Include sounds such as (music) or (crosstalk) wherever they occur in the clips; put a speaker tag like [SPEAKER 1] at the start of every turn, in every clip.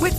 [SPEAKER 1] With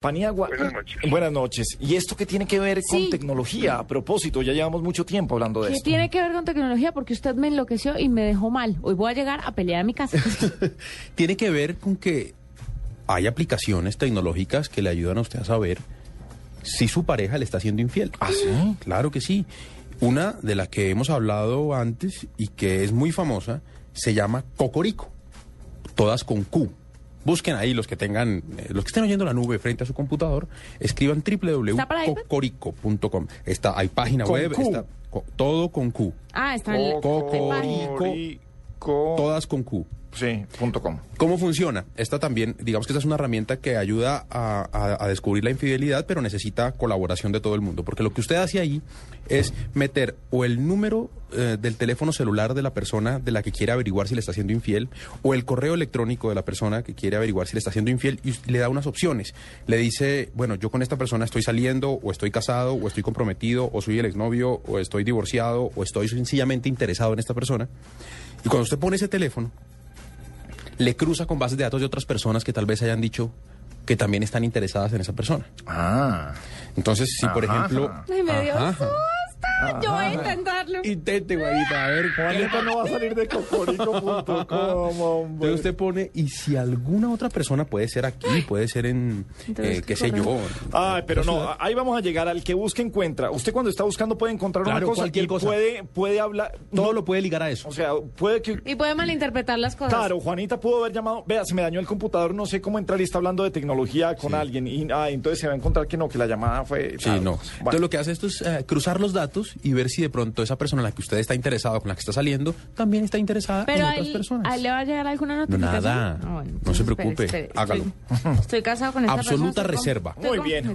[SPEAKER 2] Paniagua. Mm.
[SPEAKER 3] Buenas noches.
[SPEAKER 2] Buenas noches. ¿Y esto qué tiene que ver
[SPEAKER 4] Sí.
[SPEAKER 2] con tecnología? A propósito, ya llevamos mucho tiempo hablando de
[SPEAKER 4] ¿Qué
[SPEAKER 2] esto.
[SPEAKER 4] tiene que ver con tecnología? Porque usted me enloqueció y me dejó mal. Hoy voy a llegar a pelear a mi
[SPEAKER 5] (laughs)
[SPEAKER 4] casa.
[SPEAKER 5] tiene que ver con que hay aplicaciones tecnológicas que le ayudan a usted a saber si su pareja le está siendo infiel. ¿Ah, sí? Claro que sí. Una de las que hemos hablado antes y que es muy famosa se llama Cocorico. Todas con Q. Busquen ahí los que tengan, eh, los que estén oyendo la nube frente a su computador, escriban
[SPEAKER 4] ¿Está para iPad?
[SPEAKER 5] www.cocorico.com. Está, hay página
[SPEAKER 2] Con
[SPEAKER 5] web,
[SPEAKER 2] Q.
[SPEAKER 5] está co- todo con Q.
[SPEAKER 4] Ah, está en la-
[SPEAKER 5] Cocorico.
[SPEAKER 3] Cocorico.
[SPEAKER 5] Todas con Q.
[SPEAKER 3] Sí, punto com.
[SPEAKER 5] ¿Cómo funciona? Esta también, digamos que esta es una herramienta que ayuda a, a- a descubrir la infidelidad, pero necesita colaboración de todo el mundo, porque lo que usted hace ahí es meter o el número eh, del teléfono celular de la persona de la que quiere averiguar si le está siendo infiel, o el correo electrónico de la persona que quiere averiguar si le está siendo infiel, y us- le da unas opciones. Le dice, bueno, yo con esta persona estoy saliendo, o estoy casado, o estoy comprometido, o soy el exnovio, o estoy divorciado, o estoy sencillamente interesado en esta persona. Y cuando usted pone ese teléfono, le cruza con bases de datos de otras personas que tal vez hayan dicho que también están interesadas en esa persona.
[SPEAKER 3] Ah.
[SPEAKER 5] Entonces, si por
[SPEAKER 3] Ajá.
[SPEAKER 5] ejemplo...
[SPEAKER 4] Ay, me dio
[SPEAKER 5] Ajá.
[SPEAKER 4] susto. Yo voy a intentarlo.
[SPEAKER 5] Intente, guayita, a ver.
[SPEAKER 3] Juanita no va a salir de
[SPEAKER 2] Ah.
[SPEAKER 3] cocorico.com, hombre.
[SPEAKER 5] Entonces usted pone, y si alguna otra persona puede ser aquí, puede ser en,
[SPEAKER 4] Entonces,
[SPEAKER 5] eh,
[SPEAKER 4] ¿qué
[SPEAKER 5] qué sé yo.
[SPEAKER 4] correo?
[SPEAKER 2] Ay, pero no, ahí vamos a llegar al que busca encuentra. Usted cuando está buscando puede encontrar una
[SPEAKER 5] Claro,
[SPEAKER 2] cosa
[SPEAKER 5] cualquier
[SPEAKER 2] y
[SPEAKER 5] cosa.
[SPEAKER 2] puede puede hablar
[SPEAKER 5] Todo lo puede ligar a eso.
[SPEAKER 2] O sea, puede que
[SPEAKER 4] Y puede malinterpretar las cosas.
[SPEAKER 2] Claro, Juanita pudo haber llamado, vea, se me dañó el computador, no sé cómo entrar y está hablando de tecnología con alguien. Y ah, entonces se va a encontrar que no, que la llamada fue...
[SPEAKER 5] Sí,
[SPEAKER 2] ah,
[SPEAKER 5] no.
[SPEAKER 2] bueno.
[SPEAKER 5] Entonces lo que hace esto es eh, cruzar los datos y ver si de pronto esa persona en la que usted está interesado, con la que está saliendo, también está interesada en
[SPEAKER 4] Pero
[SPEAKER 5] otras
[SPEAKER 4] ahí,
[SPEAKER 5] personas.
[SPEAKER 4] ahí le va a llegar alguna notificación.
[SPEAKER 5] Nada.
[SPEAKER 4] Ah, bueno,
[SPEAKER 5] No se
[SPEAKER 4] espere,
[SPEAKER 5] preocupe.
[SPEAKER 4] espere.
[SPEAKER 5] Hágalo.
[SPEAKER 4] Estoy, estoy casado con esta persona.
[SPEAKER 5] Absoluta
[SPEAKER 4] estoy con-
[SPEAKER 5] reserva.
[SPEAKER 4] estoy
[SPEAKER 2] Muy
[SPEAKER 4] con-
[SPEAKER 2] bien.